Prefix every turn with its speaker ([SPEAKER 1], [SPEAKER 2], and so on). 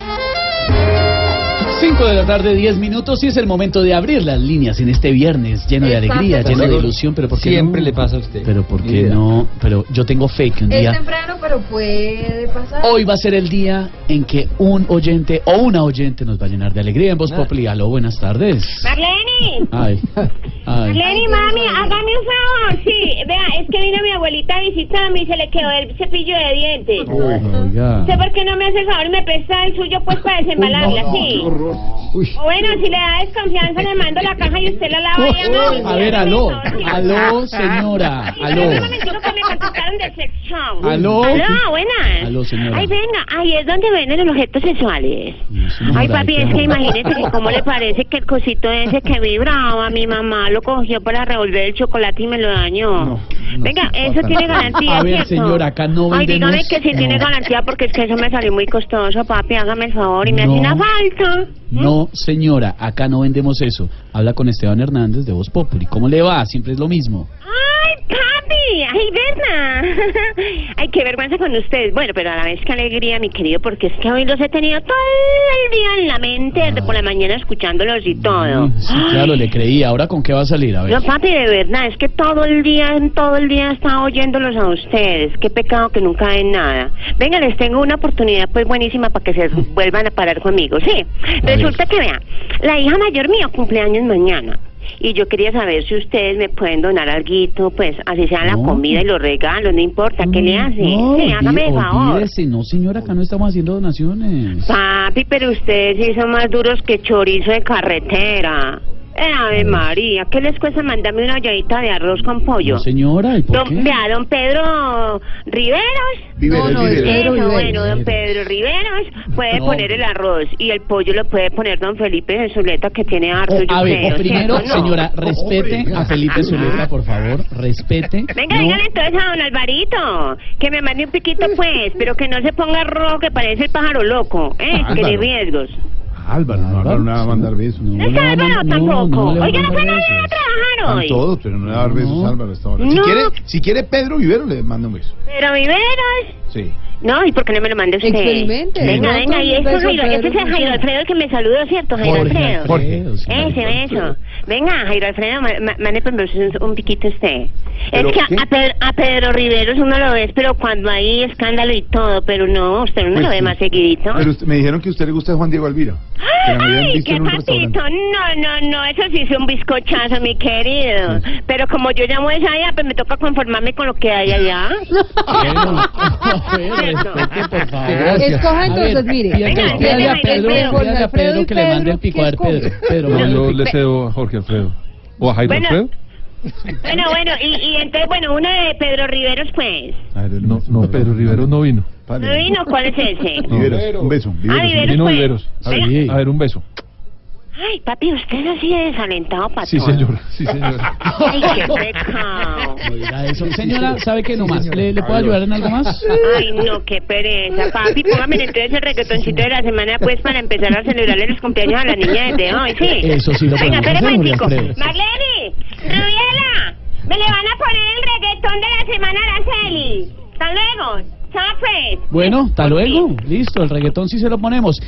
[SPEAKER 1] 5 de la tarde, 10 minutos, y es el momento de abrir las líneas en este viernes, lleno de
[SPEAKER 2] Exacto,
[SPEAKER 1] alegría,
[SPEAKER 2] profesor.
[SPEAKER 1] lleno de ilusión, pero ¿por qué
[SPEAKER 3] Siempre
[SPEAKER 1] no?
[SPEAKER 3] le pasa a usted. Este-
[SPEAKER 1] Pero ¿por qué
[SPEAKER 3] Idea.
[SPEAKER 1] no? Pero yo tengo fe que un
[SPEAKER 2] Es
[SPEAKER 1] día...
[SPEAKER 2] temprano, pero puede pasar.
[SPEAKER 1] Hoy va a ser el día en que un oyente o una oyente nos va a llenar de alegría en Voz
[SPEAKER 3] Ah.
[SPEAKER 1] Populi. Aló, buenas tardes.
[SPEAKER 4] Marlene,
[SPEAKER 1] Ay, ay.
[SPEAKER 4] Marlene, mami, hágame un favor. Sí, vea, es que vino mi abuelita a visitarme y se le quedó el cepillo de dientes.
[SPEAKER 1] Oiga.
[SPEAKER 4] ¿Sé por qué no me hace el favor y me presta el suyo pues para desembalarla, sí? O bueno, si le da desconfianza, le mando la caja y usted la lava y haga-
[SPEAKER 1] Oh, A ver, aló, aló, señora,
[SPEAKER 4] Sí,
[SPEAKER 1] aló.
[SPEAKER 4] espera un momentico que me contestaron del sex shop.
[SPEAKER 1] Aló.
[SPEAKER 4] Aló, buenas.
[SPEAKER 1] Aló, señora.
[SPEAKER 4] Ay, venga, ahí es donde venden los objetos sexuales.
[SPEAKER 1] No, señora,
[SPEAKER 4] Ay, papi,
[SPEAKER 1] ¿de qué
[SPEAKER 4] es que
[SPEAKER 1] habla?
[SPEAKER 4] imagínese que cómo le parece que el cosito ese que vibraba, mi mamá lo cogió para revolver el chocolate y me lo dañó.
[SPEAKER 1] no
[SPEAKER 4] Venga,
[SPEAKER 1] se
[SPEAKER 4] eso
[SPEAKER 1] pasa.
[SPEAKER 4] tiene garantía,
[SPEAKER 1] A ver,
[SPEAKER 4] ¿cierto?
[SPEAKER 1] señora, acá no
[SPEAKER 4] Ay,
[SPEAKER 1] vendemos-
[SPEAKER 4] dígame que si tiene
[SPEAKER 1] no.
[SPEAKER 4] garantía porque es que eso me salió muy costoso, papi, hágame el favor y me
[SPEAKER 1] No.
[SPEAKER 4] hace una falta.
[SPEAKER 1] No, señora, acá no vendemos eso. Habla con Esteban Hernández de Voz Populi. ¿Cómo le va? Siempre es lo mismo.
[SPEAKER 4] ¡Ay, papi! ¡Ay, verdad! ¡Ay, qué vergüenza con ustedes! Bueno, pero a la vez qué alegría, mi querido, porque es que hoy los he tenido todo el día en la mente, desde por la mañana escuchándolos y todo.
[SPEAKER 1] Ah. Mm, Sí, claro, le creí. ¿Ahora con qué va a salir? A ver.
[SPEAKER 4] No, papi, de verdad, es que todo el día, en todo el día estaba oyéndolos a ustedes. Qué pecado que nunca ven nada. Venga, les tengo una oportunidad pues buenísima para que se vuelvan a parar conmigo, ¿sí?
[SPEAKER 1] ver.
[SPEAKER 4] Resulta que, vea, la hija mayor mía cumple años mañana. Y yo quería saber si ustedes me pueden donar algo, pues así sea la
[SPEAKER 1] No. Mm,
[SPEAKER 4] comida y los regalos, no importa, ¿qué le hace?
[SPEAKER 1] No,
[SPEAKER 4] sí, hágame el
[SPEAKER 1] olvi-
[SPEAKER 4] favor.
[SPEAKER 1] olvídese. No, señora, acá no estamos haciendo donaciones.
[SPEAKER 4] Papi, pero ustedes sí son más duros que chorizo de carretera. Eh, Ave
[SPEAKER 1] Pues.
[SPEAKER 4] María, ¿qué les cuesta mandarme una olladita de arroz con pollo?
[SPEAKER 1] No, señora, ¿y por
[SPEAKER 4] Don,
[SPEAKER 1] qué?
[SPEAKER 4] vea, don Pedro Riveros.
[SPEAKER 2] No, no, es
[SPEAKER 4] Eso,
[SPEAKER 2] Pedro
[SPEAKER 4] bueno, don Pedro Riveros puede poner el arroz y el pollo lo puede poner don Felipe de Zuleta que tiene harto
[SPEAKER 1] Oh, a ver,
[SPEAKER 4] yucero,
[SPEAKER 1] oh, primero,
[SPEAKER 4] ¿cierto? No.
[SPEAKER 1] señora, respete a Felipe Zuleta, por favor, respete.
[SPEAKER 4] Venga,
[SPEAKER 1] No,
[SPEAKER 4] dígale entonces a don Alvarito que me mande un piquito pues, pero que no se ponga rojo que parece el pájaro loco, ¿eh?
[SPEAKER 1] Ah,
[SPEAKER 4] Que de
[SPEAKER 5] Álvaro.
[SPEAKER 4] riesgos.
[SPEAKER 5] Álvaro, no, Álvaro no le va a mandar besos.
[SPEAKER 1] No,
[SPEAKER 4] No,
[SPEAKER 1] le va a
[SPEAKER 4] Álvaro
[SPEAKER 1] mandar- no,
[SPEAKER 4] tampoco.
[SPEAKER 1] no le va a
[SPEAKER 4] Oiga, no
[SPEAKER 1] mandar
[SPEAKER 4] fue nadie a
[SPEAKER 1] besos.
[SPEAKER 4] trabajar
[SPEAKER 5] Van
[SPEAKER 4] hoy.
[SPEAKER 5] todos, pero no le va a dar besos
[SPEAKER 1] No.
[SPEAKER 5] a Álvaro hasta ahora. Si,
[SPEAKER 4] No.
[SPEAKER 5] quiere, si quiere Pedro Vivero, le manda un beso.
[SPEAKER 4] Pero Viveros.
[SPEAKER 5] Sí.
[SPEAKER 4] No, ¿y por qué no me lo manda usted?
[SPEAKER 2] Experimente,
[SPEAKER 4] Venga,
[SPEAKER 2] ¿no?
[SPEAKER 4] venga, y
[SPEAKER 2] Beso,
[SPEAKER 4] esto, Jairo, este es el
[SPEAKER 2] Pedro,
[SPEAKER 4] Jairo Alfredo que me saludó, ¿cierto, Jairo
[SPEAKER 1] Jorge,
[SPEAKER 4] Alfredo?
[SPEAKER 1] Jorge,
[SPEAKER 4] Eso, eso. Venga, Jairo Alfredo, ma- ma- mande por favor un, un piquito usted.
[SPEAKER 5] ¿Pero
[SPEAKER 4] es que
[SPEAKER 5] qué?
[SPEAKER 4] a, a Pedro, a Pedro Riveros uno lo ve, pero cuando hay escándalo y todo, pero no, usted no lo
[SPEAKER 5] Pues
[SPEAKER 4] ve
[SPEAKER 5] sí.
[SPEAKER 4] más seguidito.
[SPEAKER 5] Pero usted- me dijeron que a usted le gusta Juan Diego Alvira. Que la habían
[SPEAKER 4] Ay,
[SPEAKER 5] visto
[SPEAKER 4] qué
[SPEAKER 5] en un restaurante.
[SPEAKER 4] patito. No, no, no, eso sí es un bizcochazo, mi querido. Pero como yo llamo esa allá, pues me toca conformarme con lo que hay allá.
[SPEAKER 1] Bueno, a ver, respete, por favor.
[SPEAKER 3] Gracias.
[SPEAKER 1] A
[SPEAKER 2] Escoja
[SPEAKER 1] ver,
[SPEAKER 2] entonces, mire.
[SPEAKER 1] pídale-
[SPEAKER 4] Venga,
[SPEAKER 1] pídale a
[SPEAKER 4] Jairo,
[SPEAKER 1] Pedro,
[SPEAKER 4] Pedro,
[SPEAKER 1] pídale a
[SPEAKER 2] Alfredo
[SPEAKER 1] Pedro
[SPEAKER 2] y
[SPEAKER 1] que le mande el
[SPEAKER 2] Pedro,
[SPEAKER 1] pico. A
[SPEAKER 2] ¿qué
[SPEAKER 1] ver, Pedro,
[SPEAKER 2] escoge?
[SPEAKER 1] Pedro,
[SPEAKER 3] No,
[SPEAKER 1] mande el
[SPEAKER 3] yo
[SPEAKER 1] pico.
[SPEAKER 3] le cedo a Jorge Alfredo. ¿O a Jairo
[SPEAKER 4] Bueno.
[SPEAKER 3] Alfredo?
[SPEAKER 4] Bueno, bueno, y, y entonces, bueno, uno de Pedro Riveros, pues.
[SPEAKER 5] A ver, el
[SPEAKER 3] No,
[SPEAKER 5] beso.
[SPEAKER 3] no, Pedro Rivero no vino.
[SPEAKER 5] Padre.
[SPEAKER 4] ¿No vino? ¿Cuál es ese?
[SPEAKER 5] Viveros, un beso. Viveros,
[SPEAKER 4] Ah,
[SPEAKER 5] un
[SPEAKER 4] Viveros,
[SPEAKER 3] Vino
[SPEAKER 4] pues.
[SPEAKER 3] Viveros.
[SPEAKER 5] ah,
[SPEAKER 3] A ver,
[SPEAKER 1] Sí.
[SPEAKER 3] a ver, un beso.
[SPEAKER 4] Ay, papi, usted es así de desalentado para
[SPEAKER 3] Sí, señora. Sí, señora.
[SPEAKER 4] Ay, qué pecado.
[SPEAKER 1] Oiga, eso. Señora, ¿sabe qué nomás? ¿Le, ¿Le puedo ayudar en algo más?
[SPEAKER 4] Ay, no, qué pereza, papi. Póngame entonces el reggaetoncito de la semana, pues, para empezar a celebrarle los cumpleaños a la niña desde hoy, ¿sí?
[SPEAKER 1] Eso sí lo podemos
[SPEAKER 4] Venga, espere
[SPEAKER 1] hacer,
[SPEAKER 4] un
[SPEAKER 1] Jorge
[SPEAKER 4] momentico.
[SPEAKER 1] Alfredo.
[SPEAKER 4] Marlene, Rubiela, me le van a poner el reggaetón de la semana a Araceli. Hasta luego. Chao, pues.
[SPEAKER 1] Bueno, hasta luego. Listo, el reggaetón sí se lo ponemos.